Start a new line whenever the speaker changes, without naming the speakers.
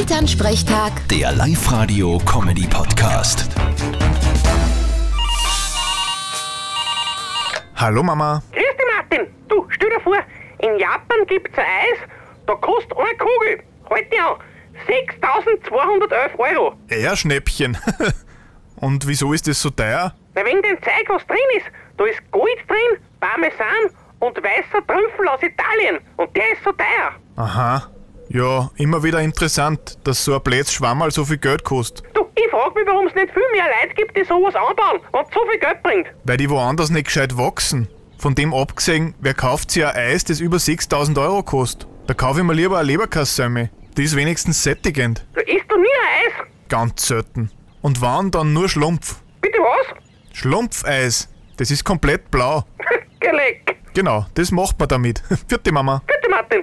Elternsprechtag,
Der Live-Radio-Comedy-Podcast.
Hallo Mama.
Grüß dich, Martin. Du, stell dir vor, in Japan gibt's ein Eis, da kostet eine Kugel. Halt dich an. 6.211 Euro.
Eierschnäppchen. Und wieso ist das so teuer?
Na, wegen dem Zeug, was drin ist, da ist Gold drin, Parmesan und weißer Trüffel aus Italien. Und der ist so teuer.
Aha. Ja, immer wieder interessant, dass so ein blödes Schwammerl so viel Geld kostet,
Du, ich frag mich, warum es nicht viel mehr Leute gibt, die sowas anbauen, wenn so viel Geld bringt.
weil die woanders nicht gescheit wachsen. Von dem abgesehen, wer kauft sich ein Eis, das über 6000 Euro kostet? Da kaufe ich mir lieber eine Leberkassäume. Die ist wenigstens sättigend.
Du isst du nie ein Eis.
Ganz selten. Und wann dann nur Schlumpf.
Bitte was?
Schlumpfeis. Das ist komplett blau.
Geleck. für
Genau, das macht man damit. Vierte Mama.
Bitte, Martin.